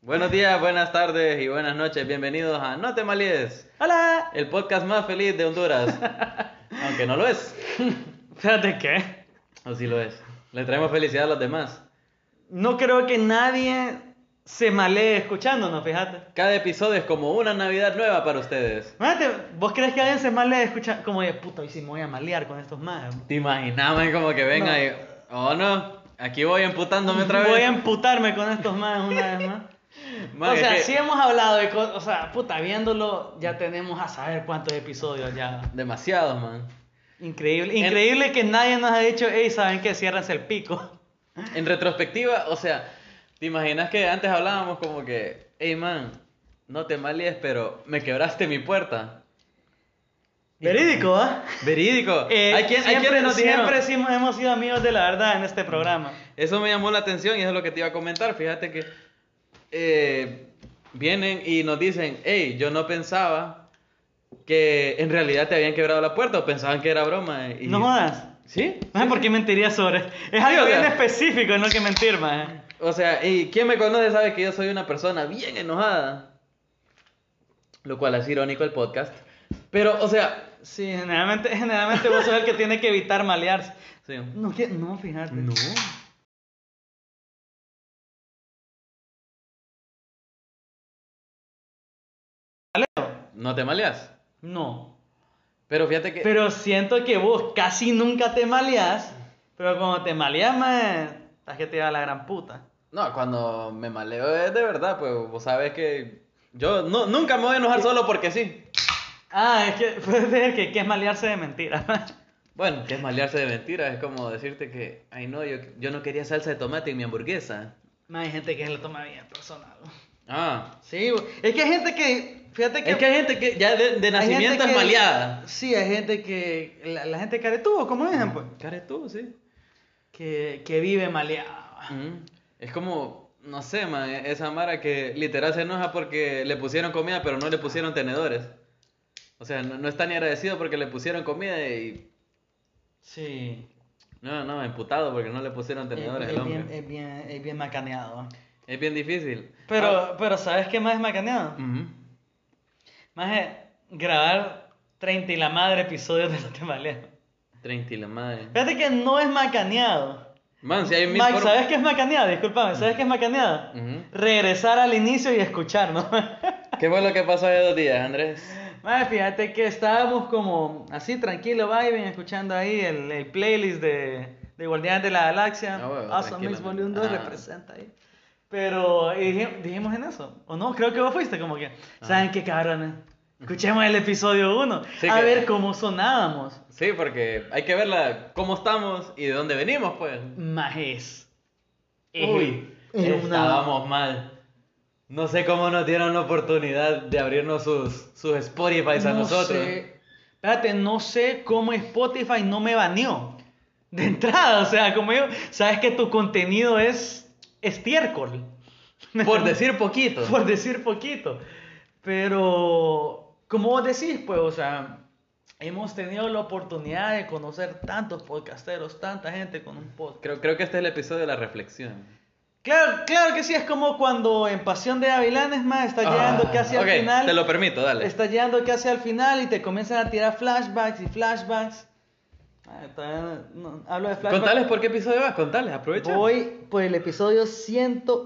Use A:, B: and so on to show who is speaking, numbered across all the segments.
A: Buenos días, buenas tardes y buenas noches. Bienvenidos a No te malíes,
B: ¡Hola!
A: el podcast más feliz de Honduras. Aunque no lo es,
B: Fíjate que
A: o sí lo es. Le traemos felicidad a los demás.
B: no creo que nadie se malee escuchándonos, fíjate.
A: Cada episodio es como una Navidad nueva para ustedes.
B: Fíjate, ¿vos crees que alguien se malee escuchando? Como de puta, hoy sí me voy a malear con estos más.
A: ¿Te imaginabas como que venga
B: No.
A: y... Oh no, aquí voy emputándome otra vez.
B: Voy a emputarme con estos más una vez más.
A: Man,
B: o
A: es
B: sea,
A: que
B: sí hemos hablado de cosas. O sea, puta, viéndolo, ya tenemos a saber cuántos episodios ya.
A: Demasiados, man.
B: Increíble. Increíble que nadie nos ha dicho, hey, ¿saben que Ciérranse el pico.
A: En retrospectiva, o sea, ¿te imaginas que antes hablábamos como que, hey man, no te malíes, pero me quebraste mi puerta?
B: Verídico, ¿ah?
A: Verídico.
B: Eh,
A: hay quien, hay
B: siempre,
A: quienes nos dijeron.
B: siempre sí hemos sido amigos de la verdad en este programa.
A: Eso me llamó la atención y eso es lo que te iba a comentar. Fíjate que eh, vienen y nos dicen, hey, yo no pensaba que en realidad te habían quebrado la puerta o pensaban que era broma. Y...
B: No jodas.
A: ¿Sí?
B: No sé por qué mentiría sobre. Es
A: o
B: algo
A: sea.
B: bien específico en lo que mentir, eh. man.
A: O sea, y quien me conoce sabe que yo soy una persona bien enojada. Lo cual es irónico el podcast. Pero, o sea,
B: Sí, generalmente, generalmente vos sos el que tiene que evitar malearse.
A: sí.
B: No, que- no, fíjate.
A: No. No te maleas.
B: No.
A: Pero fíjate que.
B: Pero siento que vos casi nunca te maleás, pero cuando te maleás, man, estás que te lleva la gran puta.
A: No, cuando me maleo es de verdad, pues vos sabes que. Yo no, nunca me voy a enojar solo porque sí.
B: Ah, es que puedes ver que, que es malearse de mentira. man.
A: Bueno, que es malearse de mentiras, es como decirte que, ay no, yo, yo no quería salsa de tomate en mi hamburguesa.
B: Man, hay gente que se lo toma bien personal. bo.
A: Ah.
B: Sí, bo. es que hay gente que. Fíjate que.
A: Es que hay gente que ya de, de
B: hay gente
A: nacimiento es
B: que-
A: maleada.
B: Sí, hay gente que. La, la gente caretuvo, como dicen, pues.
A: Care tú, sí.
B: que, que vive maleado.
A: Ujú. Es como, no sé, man, esa Mara que literal se enoja porque le pusieron comida, pero no le pusieron tenedores. O sea, no, no está ni agradecido porque le pusieron comida y.
B: Sí.
A: No, no, emputado porque no le pusieron
B: Es,
A: tenedores
B: es
A: el hombre.
B: bien, es, bien, es bien macaneado. ¿va?
A: Es bien difícil.
B: Pero,
A: Ah,
B: pero ¿sabes qué más es macaneado?
A: ujú.
B: Más es grabar 30 y la madre episodios de los temaleados.
A: Treinta y la madre.
B: Fíjate que no es macaneado.
A: Man, si hay mil
B: Mike,
A: formas-
B: ¿sabes qué es macaneado? Discúlpame, ¿sabes qué es macaneado?
A: Ujú.
B: Regresar al inicio y escucharnos.
A: ¿Qué fue lo que pasó hace dos días, Andrés?
B: Más, fíjate que estábamos como así tranquilo, va y ven escuchando ahí el, el playlist de, de Guardianes de la Galaxia.
A: Ah, bueno,
B: awesome
A: tranquilamente.
B: Mix Volume 2
A: Ah.
B: representa ahí. Pero y dije- dijimos en eso, o no, creo que vos fuiste como que, ¿saben qué cabrones? Escuchemos el episodio 1,
A: Sí,
B: a
A: que-
B: ver cómo sonábamos.
A: Sí, porque hay que ver la- cómo estamos y de dónde venimos, pues.
B: Majes.
A: Uy, estábamos mal. No sé cómo nos dieron la oportunidad de abrirnos sus, sus Spotify Pues a nosotros.
B: Sé, espérate, no sé cómo Spotify no me baneó. De entrada, o sea, como yo, sabes que tu contenido es estiércol,
A: Por decir poquito.
B: por decir poquito. Pero, como vos decís, pues, o sea, hemos tenido la oportunidad de conocer tantos podcasteros, tanta gente con un podcast.
A: Creo, creo que este es el episodio de la reflexión.
B: Claro, claro que sí, es como cuando en Pasión de Avilanes, más, está llegando
A: Ah,
B: casi
A: ok,
B: al final.
A: Te lo permito, dale.
B: Estás llegando casi al final y te comienzan a tirar flashbacks y flashbacks. Ah, todavía no- no, hablo de flashbacks.
A: Contales por qué episodio vas, contales, aprovecha.
B: Voy por el episodio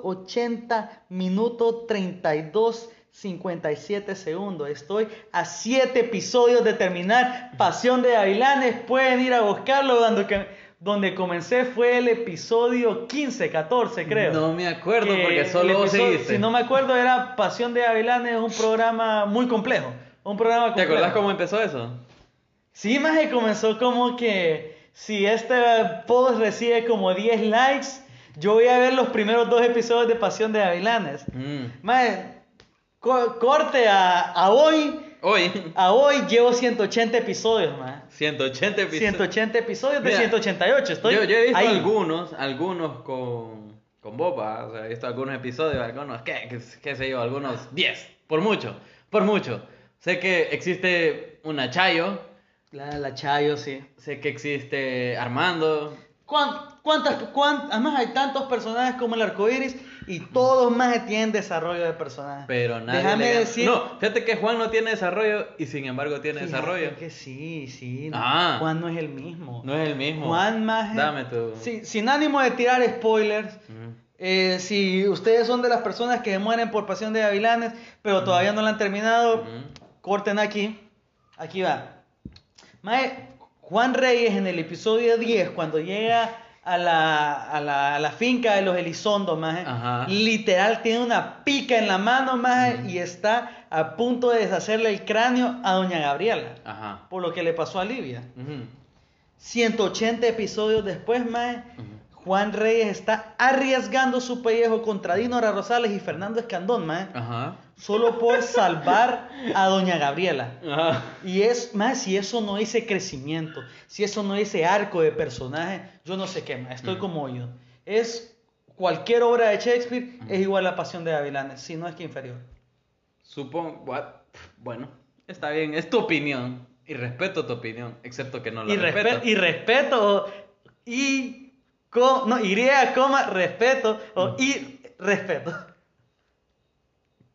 B: 180 minutos 32 57 segundos. Estoy a 7 episodios de terminar Pasión de Avilanes. Pueden ir a buscarlo. Donde, que- donde comencé fue el episodio 15, 14, creo.
A: No me acuerdo
B: Que
A: porque solo
B: el
A: vos
B: episodio-
A: seguiste.
B: Si no me acuerdo, era Pasión de Avilanes, un programa muy complejo. Un programa
A: ¿Te
B: complejo.
A: acordás cómo empezó eso?
B: Sí, más que comenzó como que si este post recibe como 10 likes, yo voy a ver los primeros dos episodios de Pasión de Avilanes.
A: Mm.
B: Mae, co- corte a, a hoy,
A: Hoy,
B: a hoy llevo 180 episodios, mae.
A: 180 episodios.
B: 180 episodios de
A: Mira,
B: 188, estoy
A: yo, yo he visto
B: ahí.
A: algunos, algunos con, con Boba, o sea, he visto algunos episodios, algunos, qué, qué, qué sé yo, algunos 10, por mucho, por mucho. Sé que existe una Chayo,
B: La, la Chayo, sí.
A: sé que existe Armando,
B: ¿Cuán- ¿Cuántas, cuán- además hay tantos personajes como el arcoiris Y todos los majes tienen desarrollo de personaje.
A: Pero nadie.
B: Déjame
A: le gana.
B: decir.
A: No, fíjate que Juan no tiene desarrollo y sin embargo tiene
B: Fíjate
A: desarrollo.
B: Que sí, sí.
A: Ah.
B: Juan no es el mismo.
A: No es el mismo.
B: Juan Maje.
A: Dame tu.
B: Sí, sin ánimo de tirar spoilers.
A: Ujú.
B: eh, si ustedes son de las personas que mueren por pasión de gavilanes, pero todavía no la han terminado,
A: Ujú.
B: corten aquí. Aquí va. Mae, Juan Reyes en el episodio 10, cuando llega a la, a la, a la finca de los Elizondos, mae,
A: Ajá.
B: literal tiene una pica en la mano, mae, y está a punto de deshacerle el cráneo a doña Gabriela,
A: Ajá.
B: por lo que le pasó a Livia.
A: Ujú.
B: 180 episodios después, mae,
A: Ujú.
B: Juan Reyes está arriesgando su pellejo contra Dinora Rosales y Fernando Escandón, mae,
A: Ajá.
B: solo por salvar a doña Gabriela.
A: Ajá.
B: Y es más, si eso no dice crecimiento, si eso no dice arco de personaje, yo no sé qué más, estoy
A: Mm.
B: como yo. Es cualquier obra de Shakespeare
A: Mm.
B: es igual a La Pasión de Gavilanes, si no es que inferior.
A: Supongo. what? Bueno, está bien. Es tu opinión. Y respeto tu opinión. Excepto que no la
B: Y, respe-
A: respeto.
B: y respeto, o y, co- no, y, coma, respeto,
A: Mm.
B: o y, respeto.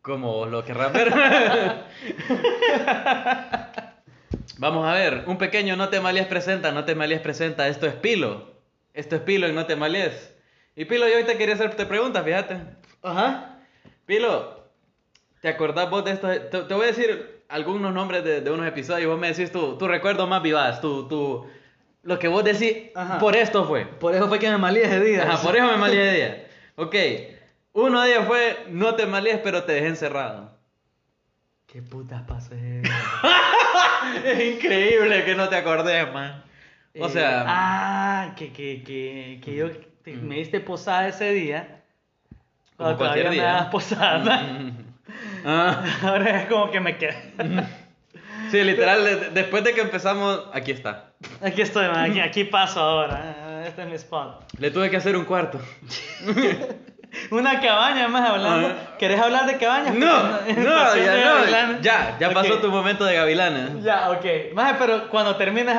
A: Como vos lo querrás ver. Vamos a ver, un pequeño No te malías presenta, No te malías presenta, esto es Pilo. Esto es Pilo y No te malías. Y Pilo, yo hoy te quería hacerte preguntas, fíjate.
B: Ajá.
A: Pilo, ¿te acordás vos de estos? Te, te voy a decir algunos nombres de, de unos episodios y vos me decís tu, tu recuerdo más vivaz, tu, tu, lo que vos decís,
B: Ajá.
A: por esto fue.
B: Por eso fue que me malí ese día.
A: Ajá, por eso me malía de ella. Ok, uno de ellos fue No te malías pero te dejé encerrado.
B: ¿Qué putas pasó ese
A: Es increíble que no te acordes, man. O
B: Eh,
A: sea, mm.
B: ah, que, que, que, que yo te-
A: Ujú.
B: me diste posada ese día.
A: Como
B: Cuando
A: cualquier
B: todavía
A: día. Mm,
B: me das posada.
A: ah,
B: Ahora es como que me quedo.
A: sí, literal, de- después de que empezamos, aquí está.
B: Aquí estoy, man, aquí, aquí paso ahora. Este es mi spot.
A: Le tuve que hacer un cuarto.
B: Una cabaña más hablando.
A: Ah.
B: ¿Querés hablar de cabañas?
A: No, no,
B: En Pasión de
A: ya no.
B: Gavilanes.
A: Ya, ya
B: Ok.
A: pasó tu momento de ¿eh? gavilanes.
B: Ya, ok. Maje, pero cuando termine,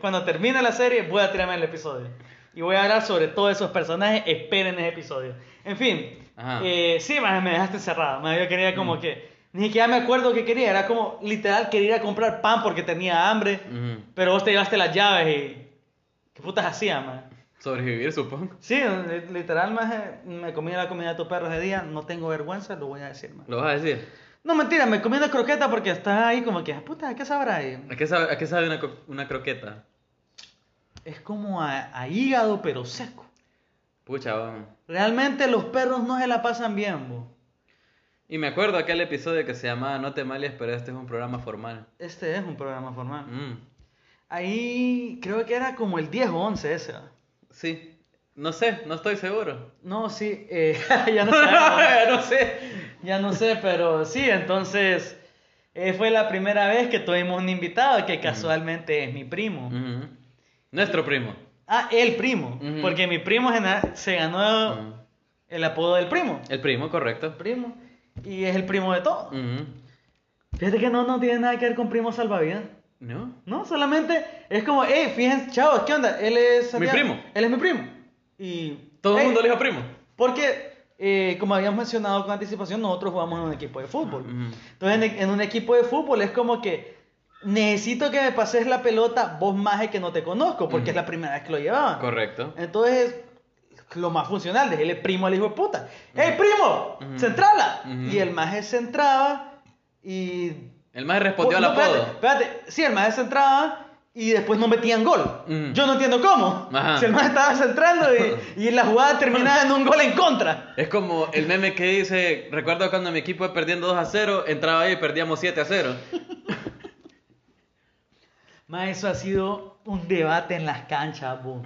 B: cuando termine la serie, voy a tirarme el episodio. Y voy a hablar sobre todos esos personajes. Esperen ese episodio. En fin.
A: Ajá.
B: Eh, sí, maje, me dejaste encerrado. Maje, yo quería como que... Ni siquiera me acuerdo qué quería. Era como, literal, quería ir a comprar pan porque tenía hambre.
A: Ujú.
B: Pero vos te llevaste las llaves y... ¿Qué putas hacías, man?
A: Sobrevivir, supongo.
B: Sí, li- literal, maje, me comí la comida de tu perro ese día. No tengo vergüenza, lo voy a decir, maje.
A: Lo vas a decir.
B: No, mentira, me comí una croqueta porque estás ahí como que... "Ah, Puta, ¿qué sabrá ahí?
A: ¿A qué sabe, a qué sabe una, co- una croqueta?
B: Es como a, a hígado pero seco.
A: Pucha, vamos.
B: Realmente los perros no se la pasan bien, bo.
A: Y me acuerdo aquel episodio que se llamaba No te males, pero este es un programa formal.
B: Este es un programa formal.
A: Mm,
B: Ahí creo que era como el 10 o 11 ese. ¿va?
A: Sí, no sé, no estoy seguro.
B: No, sí, eh, ya no
A: No,
B: sé.
A: no sé.
B: ya no sé, pero sí, entonces eh, fue la primera vez que tuvimos un invitado que casualmente es mi primo.
A: Ujú. Mm, Nuestro primo.
B: Ah, el primo,
A: Ujú.
B: porque mi primo gena- se ganó
A: Ujú.
B: el apodo del primo.
A: Mm, El primo, correcto.
B: Mm.
A: Mm,
B: El primo. Mm. Y es el primo de todo.
A: Ujú.
B: Fíjate que no, no tiene nada que ver con primo salvavidas.
A: ¿No?
B: No, solamente es como, hey, fíjense, chavos, ¿qué onda? Él es Santiago.
A: Mi primo.
B: Él es mi primo. Y
A: Todo el
B: "Ey",
A: mundo le dijo primo.
B: Porque, eh, como habíamos mencionado con anticipación, nosotros jugamos en un equipo de fútbol.
A: Ujú.
B: Entonces, en, en un equipo de fútbol es como que necesito que me pases la pelota vos más que no te conozco, porque
A: Ujú.
B: es la primera vez que lo llevaban.
A: Correcto.
B: Entonces, lo más funcional, decirle primo al hijo de puta. ¡Ey, primo!
A: Ujú.
B: ¡Centrala!
A: Ujú.
B: Y el maje centraba y
A: El más respondió al
B: no,
A: apodo.
B: Espérate, espérate. Sí, el maestro entraba y después no metían gol.
A: Mm.
B: Yo no entiendo cómo.
A: Ajá.
B: Si el maestro estaba centrando y, y la jugada terminaba en un gol en contra.
A: Es como el meme que dice, recuerdo cuando mi equipo iba perdiendo 2 a 0, entraba ahí y perdíamos 7 a 0.
B: Ma, eso ha sido un debate en las canchas, bo.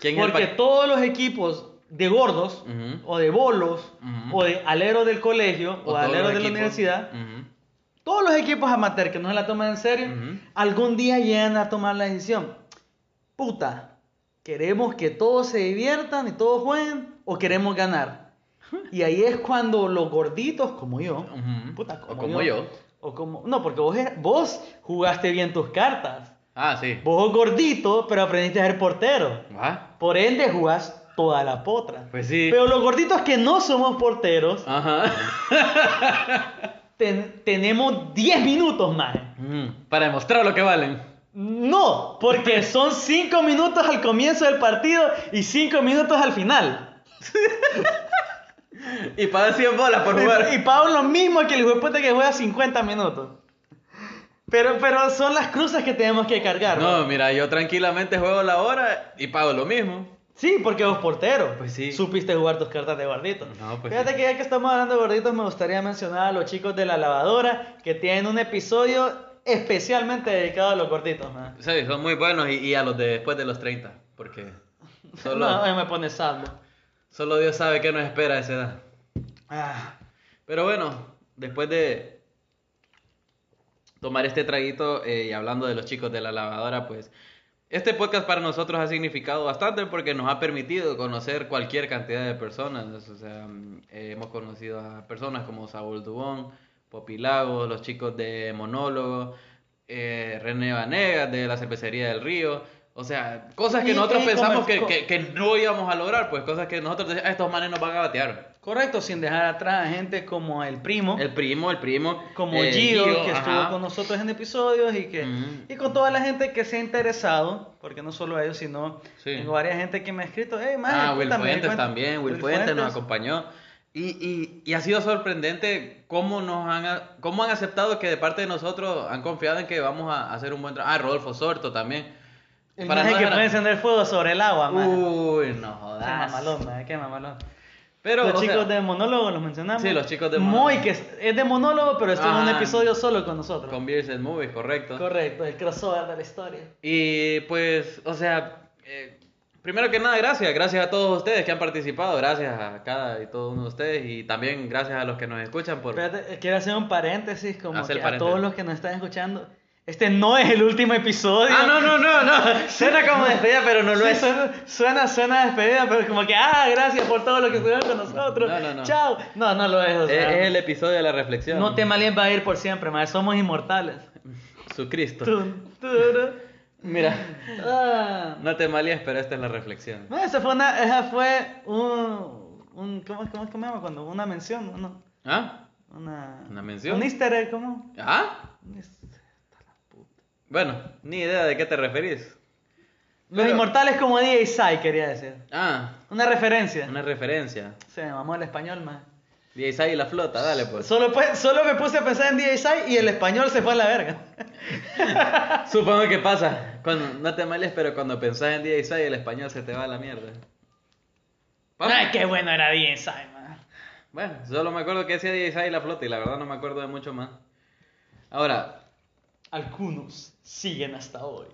A: ¿Quién
B: Porque
A: es el pa-
B: todos los equipos de gordos
A: Ujú.
B: o de bolos
A: Ujú.
B: o de aleros del colegio o,
A: todos
B: aleros
A: los
B: de la
A: equipos?
B: universidad,
A: Ujú.
B: todos los equipos amateur que no se la toman en serio,
A: Ujú.
B: algún día llegan a tomar la decisión. Puta, ¿queremos que todos se diviertan y todos jueguen o queremos ganar? Y ahí es cuando los gorditos como yo,
A: Ujú.
B: puta,
A: O
B: como,
A: como yo.
B: o como, no, porque vos, er- vos jugaste bien tus cartas.
A: Ah, sí.
B: Vos sos gordito, pero aprendiste a ser portero.
A: ¿Va?
B: Por ende, jugás toda la potra.
A: Pues sí.
B: Pero los gorditos que no somos porteros,
A: Ajá.
B: ten- tenemos 10 minutos más.
A: Mm, Para demostrar lo que valen.
B: No, porque son 5 minutos al comienzo del partido y 5 minutos al final.
A: Y pagan 100 bolas por
B: Y, y
A: jugar.
B: pago lo mismo que el hijo de puta que juega 50 minutos. Pero, pero son las cruces que tenemos que cargar. ¿no?
A: No, mira, yo tranquilamente juego la hora y pago lo mismo.
B: Sí, porque vos portero.
A: Pues sí.
B: Supiste jugar tus cartas de gordito.
A: No, pues
B: Fíjate
A: sí.
B: que ya que estamos hablando de gorditos, me gustaría mencionar a los chicos de la lavadora que tienen un episodio especialmente dedicado a los gorditos. man.
A: Sí, son muy buenos y, y a los de después de los 30. Porque solo,
B: No, eh, me pone saldo.
A: solo Dios sabe qué nos espera a esa edad. Ah. Pero bueno, después de tomar este traguito eh, y hablando de los chicos de la lavadora, pues este podcast para nosotros ha significado bastante porque nos ha permitido conocer cualquier cantidad de personas. O sea, mm, eh, hemos conocido a personas como Saúl Dubón, Popilagos, los chicos de Monólogo, eh, René Vanegas de la Cervecería del Río. O sea, cosas que
B: Y-
A: nosotros
B: y
A: pensamos
B: comer-
A: que,
B: co-
A: que- que no íbamos a lograr, pues cosas que nosotros decíamos, "Ah, estos manes nos van a batear.
B: Correcto, sin dejar atrás a gente como el primo,
A: El primo, el primo.
B: como
A: eh,
B: Gio,
A: ajá.
B: que
A: Mm.
B: estuvo con nosotros en episodios y que
A: Ujú.
B: y con toda la gente que se ha interesado, porque no solo a ellos, sino
A: Sí.
B: tengo varias gente que me ha escrito, hey, man,
A: Ah, Will
B: escúchame,
A: Fuentes
B: cuenta-
A: también, Will, Fuentes, nos
B: Fuentes".
A: acompañó. Y, y, y ha sido sorprendente cómo nos han, a- cómo han aceptado que de parte de nosotros han confiado en que vamos a hacer un buen trabajo. Ah, Rodolfo Sorto también.
B: El
A: Para
B: maje
A: no
B: que
A: dejar-
B: puede encender fuego sobre el agua, man.
A: Uy, no
B: qué
A: jodas.
B: mamalón, man, qué mamalón.
A: Pero,
B: los
A: o sea,
B: chicos de monólogo los mencionamos.
A: Sí, los chicos de
B: Moy,
A: monólogo.
B: que es es de monólogo, pero estuvo en un
A: Ajá.
B: episodio solo con nosotros.
A: con Beers and Movies, correcto.
B: Correcto, el crossover de la historia.
A: Y pues, o sea, eh, primero que nada, gracias. Gracias a todos ustedes que han participado. Gracias a cada y todo uno de ustedes. Y también gracias a los que nos escuchan por...
B: Espérate, eh, quiero hacer un paréntesis, como
A: Hacer
B: que a
A: paréntesis.
B: todos los que nos están escuchando. Este no es el último episodio.
A: Ah, no, no, no, no. Suena como despedida, pero no lo
B: Sí,
A: es.
B: Suena, suena, suena despedida, pero como que, ah, gracias por todo lo que estuvieron con nosotros.
A: No, no, no.
B: Chao. No, no lo es. o
A: Es,
B: sea,
A: es el episodio de la reflexión.
B: No te va a ir por siempre, madre. Somos inmortales.
A: Su Cristo.
B: Tun, turu.
A: Mira,
B: Ah.
A: no te malías, pero esta es la reflexión.
B: No, esa fue una, esa fue un, un ¿cómo, cómo, cómo se llama cuando? Una mención, ¿no?
A: ¿Ah?
B: Una,
A: ¿Una mención?
B: Un easter egg, ¿cómo?
A: ¿Ah?
B: Un easter-
A: Bueno, ni idea de qué te referís.
B: Los
A: Pero-
B: inmortales como DJ Sai, quería decir.
A: Ah,
B: Una referencia.
A: una referencia.
B: Se me mamó el español, más.
A: DJ Sai y la flota, dale pues.
B: Solo, pues- solo me puse a pensar en DJ Sai y el español se fue a la verga.
A: Supongo que pasa. Cuando, no te malías, pero cuando pensás en DJ Sai, el español se te va a la mierda. Pasa.
B: Ay, qué bueno era DJ Sai, man.
A: Bueno, solo me acuerdo que decía DJ Sai y la flota, y la verdad no me acuerdo de mucho más. Ahora,
B: Algunos siguen hasta hoy.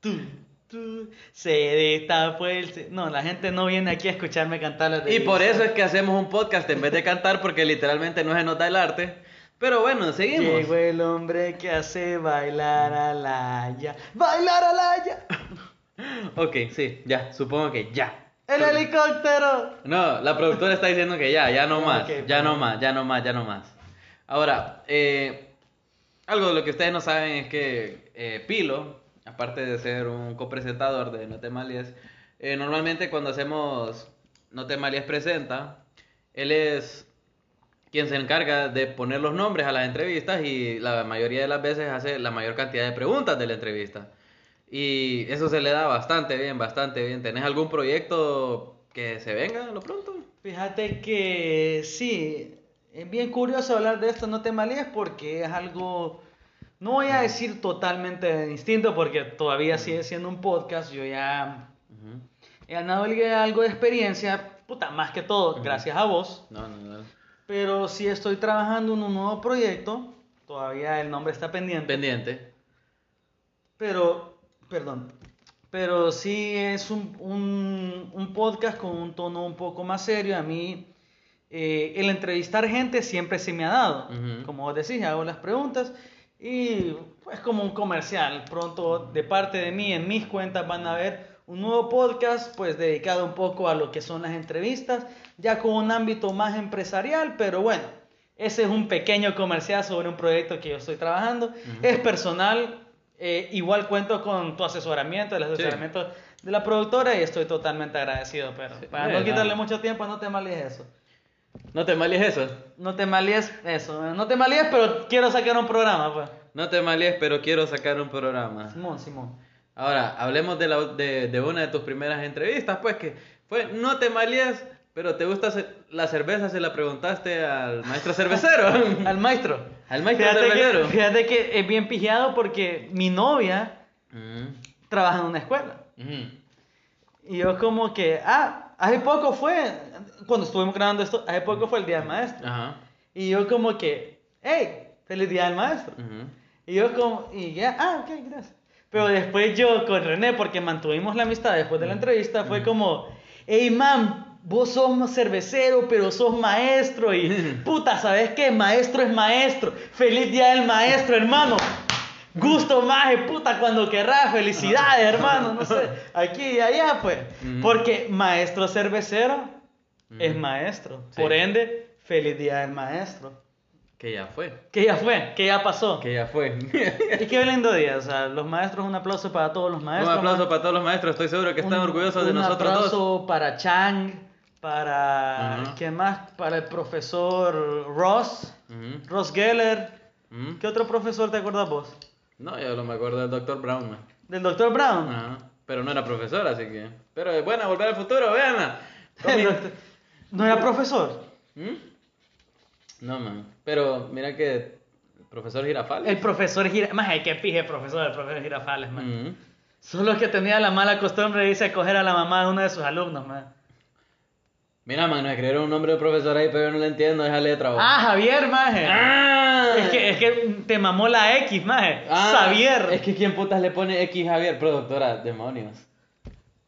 B: Tú, tú, se destapó el... ce- No, la gente no viene aquí a escucharme cantar los de
A: Y
B: DJ
A: por
B: Sai.
A: eso es que hacemos un podcast en vez de cantar, porque literalmente no se nos da el arte. Pero bueno, seguimos.
B: Llegó el hombre que hace bailar a la haya. ¡Bailar a la haya!
A: Ok, sí, ya, supongo que ya.
B: ¡El helicóptero!
A: No, la productora está diciendo que ya, ya no más,
B: Ok,
A: ya no
B: bueno.
A: más, ya no más, ya no más. Ahora, eh, algo de lo que ustedes no saben es que eh, Pilo, aparte de ser un copresentador de No Te Malies, eh, normalmente cuando hacemos No Te Malies Presenta, él es quien se encarga de poner los nombres a las entrevistas y la mayoría de las veces hace la mayor cantidad de preguntas de la entrevista. Y eso se le da bastante bien, bastante bien. ¿Tenés algún proyecto que se venga a lo pronto?
B: Fíjate que sí, es bien curioso hablar de esto, no te malíes, porque es algo, no voy a decir totalmente distinto, porque todavía sigue siendo un podcast, yo ya he ganado el- algo de experiencia, puta, más que todo,
A: Ujú.
B: gracias a vos.
A: No, no, no.
B: Pero sí estoy trabajando en un nuevo proyecto, todavía el nombre está pendiente.
A: Pendiente.
B: Pero, perdón, pero sí es un, un, un podcast con un tono un poco más serio. A mí, eh, el entrevistar gente siempre se me ha dado.
A: Ujú.
B: Como vos decís, hago las preguntas y es como un comercial. Pronto, de parte de mí, en mis cuentas van a ver un nuevo podcast, pues dedicado un poco a lo que son las entrevistas, ya con un ámbito más empresarial, pero bueno. Ese es un pequeño comercial sobre un proyecto que yo estoy trabajando. Es personal, eh, igual cuento con tu asesoramiento, el asesoramiento de la productora y estoy totalmente agradecido, pero para
A: de
B: no
A: verdad.
B: quitarle mucho tiempo, no te malíes eso.
A: No te malies eso.
B: No te malíes eso. eh. No te malíes, pero quiero sacar un programa, pues.
A: No te malíes, pero quiero sacar un programa.
B: Simón, Simón.
A: Ahora, hablemos de, la, de, de una de tus primeras entrevistas, pues que fue, no te malíes, pero te gusta ce- la cerveza, se la preguntaste al maestro cervecero.
B: Al maestro.
A: Al maestro
B: que,
A: cervecero.
B: fíjate que es bien pijado porque mi novia
A: Mm,
B: trabaja en una escuela.
A: mm.
B: Y yo como que, ah, hace poco fue, cuando estuvimos grabando esto, hace poco fue el Día del Maestro.
A: Ajá.
B: Y yo como que, hey, feliz Día del Maestro.
A: ujú.
B: Y yo como, y ya, ah, ok, gracias. Pero después yo con René, porque mantuvimos la amistad después
A: Mm.
B: de la entrevista, fue como, hey, man, vos sos cervecero, pero sos maestro. Y puta, ¿sabes qué? Maestro es maestro. Feliz día del maestro, hermano. Gusto más, puta, cuando querrás. Felicidades, hermano. No sé, aquí y allá, pues.
A: Ujú.
B: Porque maestro cervecero es
A: Ujú.
B: maestro.
A: Sí.
B: Por ende, feliz día del maestro.
A: Que ya fue.
B: Que ya fue, que ya pasó.
A: Que ya fue.
B: Y qué lindo día, o sea, los maestros, un aplauso para todos los
A: Un
B: maestros.
A: aplauso para todos los maestros, estoy seguro que están
B: Un-
A: orgullosos de nosotros
B: Un
A: dos.
B: aplauso para Chang, para.
A: Ajá.
B: ¿Quién más? Para el profesor Ross,
A: Ujú,
B: Ross Geller.
A: ujú.
B: ¿Qué otro profesor te acuerdas vos?
A: No, yo no me acuerdo del doctor Brown. ma.
B: Del doctor Brown.
A: Ajá. Pero no era profesor, así que. Pero es buena, volver al futuro, veanla.
B: El doctor- No era profesor.
A: ¿Mm? No, man. Pero mira que el profesor Girafal.
B: El profesor Girafales. Más, hay que pije profesor, el profesor Girafales,
A: Mm.
B: man. Solo que tenía la mala costumbre de irse a coger a la mamá de uno de sus alumnos, man.
A: Mira, man, nos escribieron un nombre de profesor ahí, pero yo no lo entiendo, esa letra. vos.
B: Ah, Javier, maje.
A: Oh. ¡Ah!
B: Es que, es que te mamó la X, maje.
A: Ah,
B: Xavier.
A: Es que ¿quién putas le pone X Javier, productora? Demonios.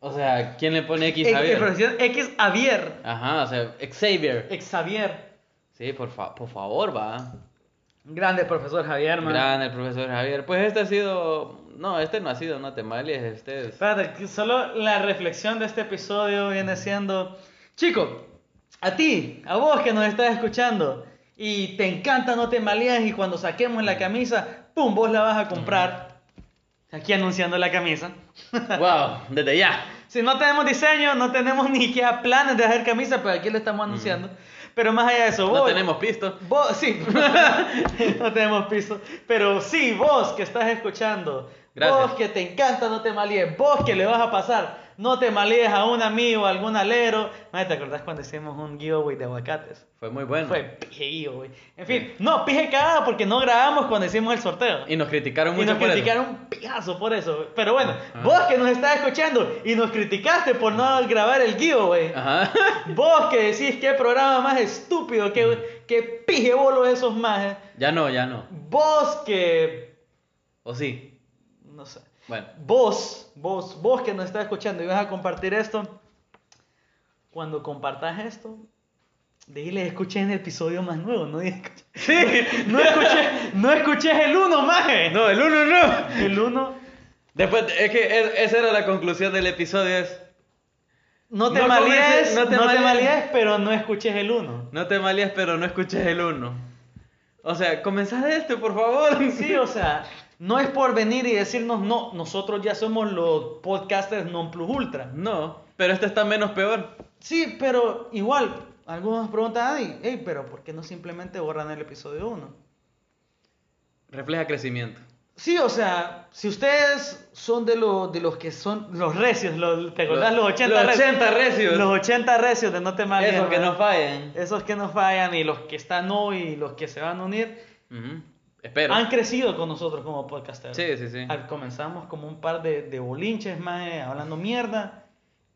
A: O sea, ¿quién le pone X
B: X,
A: Javier?
B: profesión, X Javier.
A: Ajá, o sea, Xavier.
B: Ex Xavier.
A: Sí, por, fa- por favor, va.
B: Grande profesor Javier, man.
A: Gran el profesor Javier. Pues este ha sido. No, este no ha sido, no te malies, este es.
B: Espérate, que solo la reflexión de este episodio viene siendo... Chico, a ti, a vos que nos estás escuchando y te encanta No Te Malías y cuando saquemos la camisa, ¡pum! Vos la vas a comprar. Aquí anunciando la camisa.
A: ¡Wow! Desde ya.
B: Si no tenemos diseño, no tenemos ni que planes de hacer camisa, pero aquí lo estamos anunciando. Pero más allá de eso,
A: No
B: vos...
A: tenemos pisto.
B: Vos, sí, no tenemos piso, pero sí, vos que estás escuchando,
A: Gracias.
B: vos que te encanta No Te Malíes, vos que le vas a pasar No Te Malíes a un amigo, a algún alero. Madre, ¿te acordás cuando hicimos un giveaway de aguacates?
A: Fue muy bueno.
B: Fue pije giveaway. En fin, no, pije cagada porque no grabamos cuando hicimos el sorteo.
A: Y nos criticaron
B: Y
A: mucho
B: nos
A: por eso. Ah,
B: criticaron un pijazo por eso. Pero bueno,
A: Ajá.
B: vos que nos estás escuchando y nos criticaste por no grabar el giveaway.
A: Ajá.
B: Vos que decís qué programa más estúpido, qué, qué pije bolo esos más. eh.
A: Ya no, ya no.
B: Vos que.
A: O sí.
B: No sé.
A: Bueno.
B: Vos, vos, vos que nos estás escuchando y vas a compartir esto. Cuando compartas esto, dile escuchen el episodio más nuevo, no escuché. no escuché, no escuché el uno más. eh.
A: No, el uno no.
B: El uno,
A: Después, es que es- esa era la conclusión del episodio, es.
B: no te
A: No
B: malíes,
A: comiences-
B: no te, malíes.
A: malíes,
B: pero no escuches el uno.
A: No te malías, pero no escuches el uno. O sea, comenzá de este, por favor.
B: Sí, o sea, no es por venir y decirnos no, nosotros ya somos los podcasters non plus ultra.
A: No, pero este está menos peor.
B: Sí, pero igual, algunos preguntan, ay, ey, pero ¿por qué no simplemente borran el episodio 1?
A: Refleja crecimiento.
B: Sí, o sea, si ustedes son de, lo- de los que son los recios, los, ¿te acordás? Los
A: Los-
B: 80
A: los 80 recios.
B: Los 80 recios de No Te Malíes.
A: Eso, que
B: ¿verdad?
A: no fallen.
B: Esos que no fallan y los que están hoy y los que se van a unir
A: Ujú, Espero.
B: han crecido con nosotros como podcasteros.
A: Sí, sí, sí.
B: Al- Ah, Comenzamos como un par de, de bolinches más hablando mierda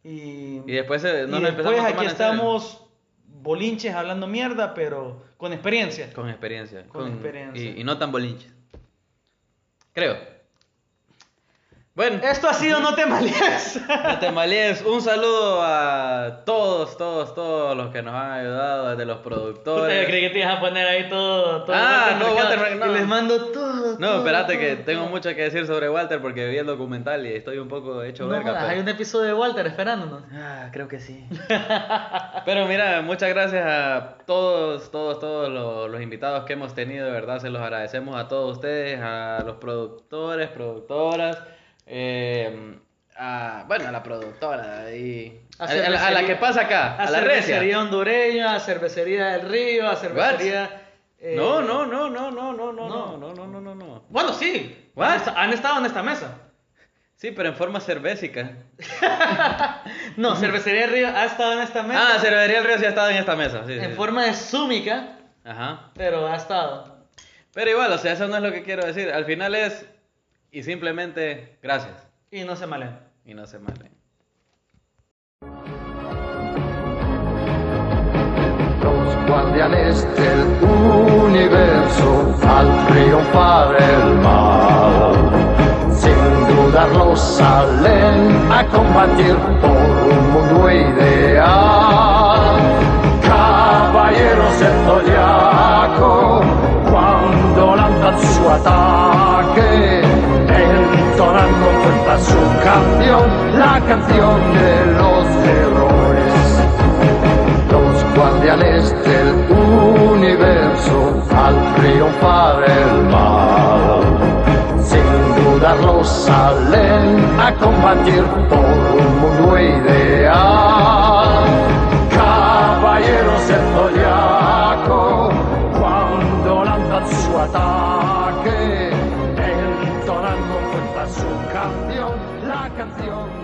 B: y,
A: Y después se- no
B: y
A: nos empezamos
B: después
A: a
B: aquí
A: tomar en serio.
B: estamos bolinches hablando mierda, pero con experiencia.
A: Con experiencia.
B: Con experiencia.
A: Y, y no tan bolinche. Creo. Bueno,
B: Esto ha sido No Te Malíes.
A: no te malíes. Un saludo a todos, todos, todos los que nos han ayudado, desde los
B: Puta, yo
A: productores.
B: creí que te ibas a poner ahí todo. todo
A: Ah,
B: Walter
A: no,
B: Mercado.
A: Walter Mercado, no.
B: Y les mando todo.
A: No,
B: todo,
A: espérate
B: todo,
A: que
B: todo.
A: tengo mucho que decir sobre Walter porque vi el documental y estoy un poco hecho
B: No,
A: verga.
B: jodas,
A: pero-
B: hay un episodio de Walter esperándonos.
A: Ah, creo que sí. Pero mira, muchas gracias a todos, todos, todos los, los invitados que hemos tenido, de verdad, se los agradecemos a todos ustedes, a los productores, productoras, eh, a, bueno, a la productora, ahí,
B: A
A: a, a la- a la
B: cervecería-
A: que pasa acá, a,
B: A
A: la
B: cervecería
A: recia.
B: hondureña, a cervecería del río, a cervecería. eh,
A: No, no, no, no, no, no, no, no,
B: no.
A: no, no, no, no, no.
B: Bueno, sí.
A: What?
B: Han, esta- han estado en esta mesa.
A: Sí, pero en forma cervésica.
B: No, cervecería del río ha estado en esta mesa.
A: Ah, Cervecería del Río sí ha estado en esta mesa. Sí, sí,
B: en
A: sí.
B: forma de súmica,
A: Ajá.
B: pero ha estado.
A: Pero igual, o sea, eso no es lo que quiero decir. Al final es, y simplemente, gracias.
B: Y no se malen.
A: Y no se malen.
C: Los guardianes del universo al triunfar el mal. Sin dudarlo salen a combatir por un mundo ideal. Caballero del zodiaco, cuando lanzan su ataque, entonan con fuerza su canción, la canción de los héroes. Los guardianes del universo al triunfar el mal. Sin dudarlo salen a combatir por un mundo ideal. Caballeros del zodiaco, cuando lanzan su ataque, entonan con fuerza su canción, la canción.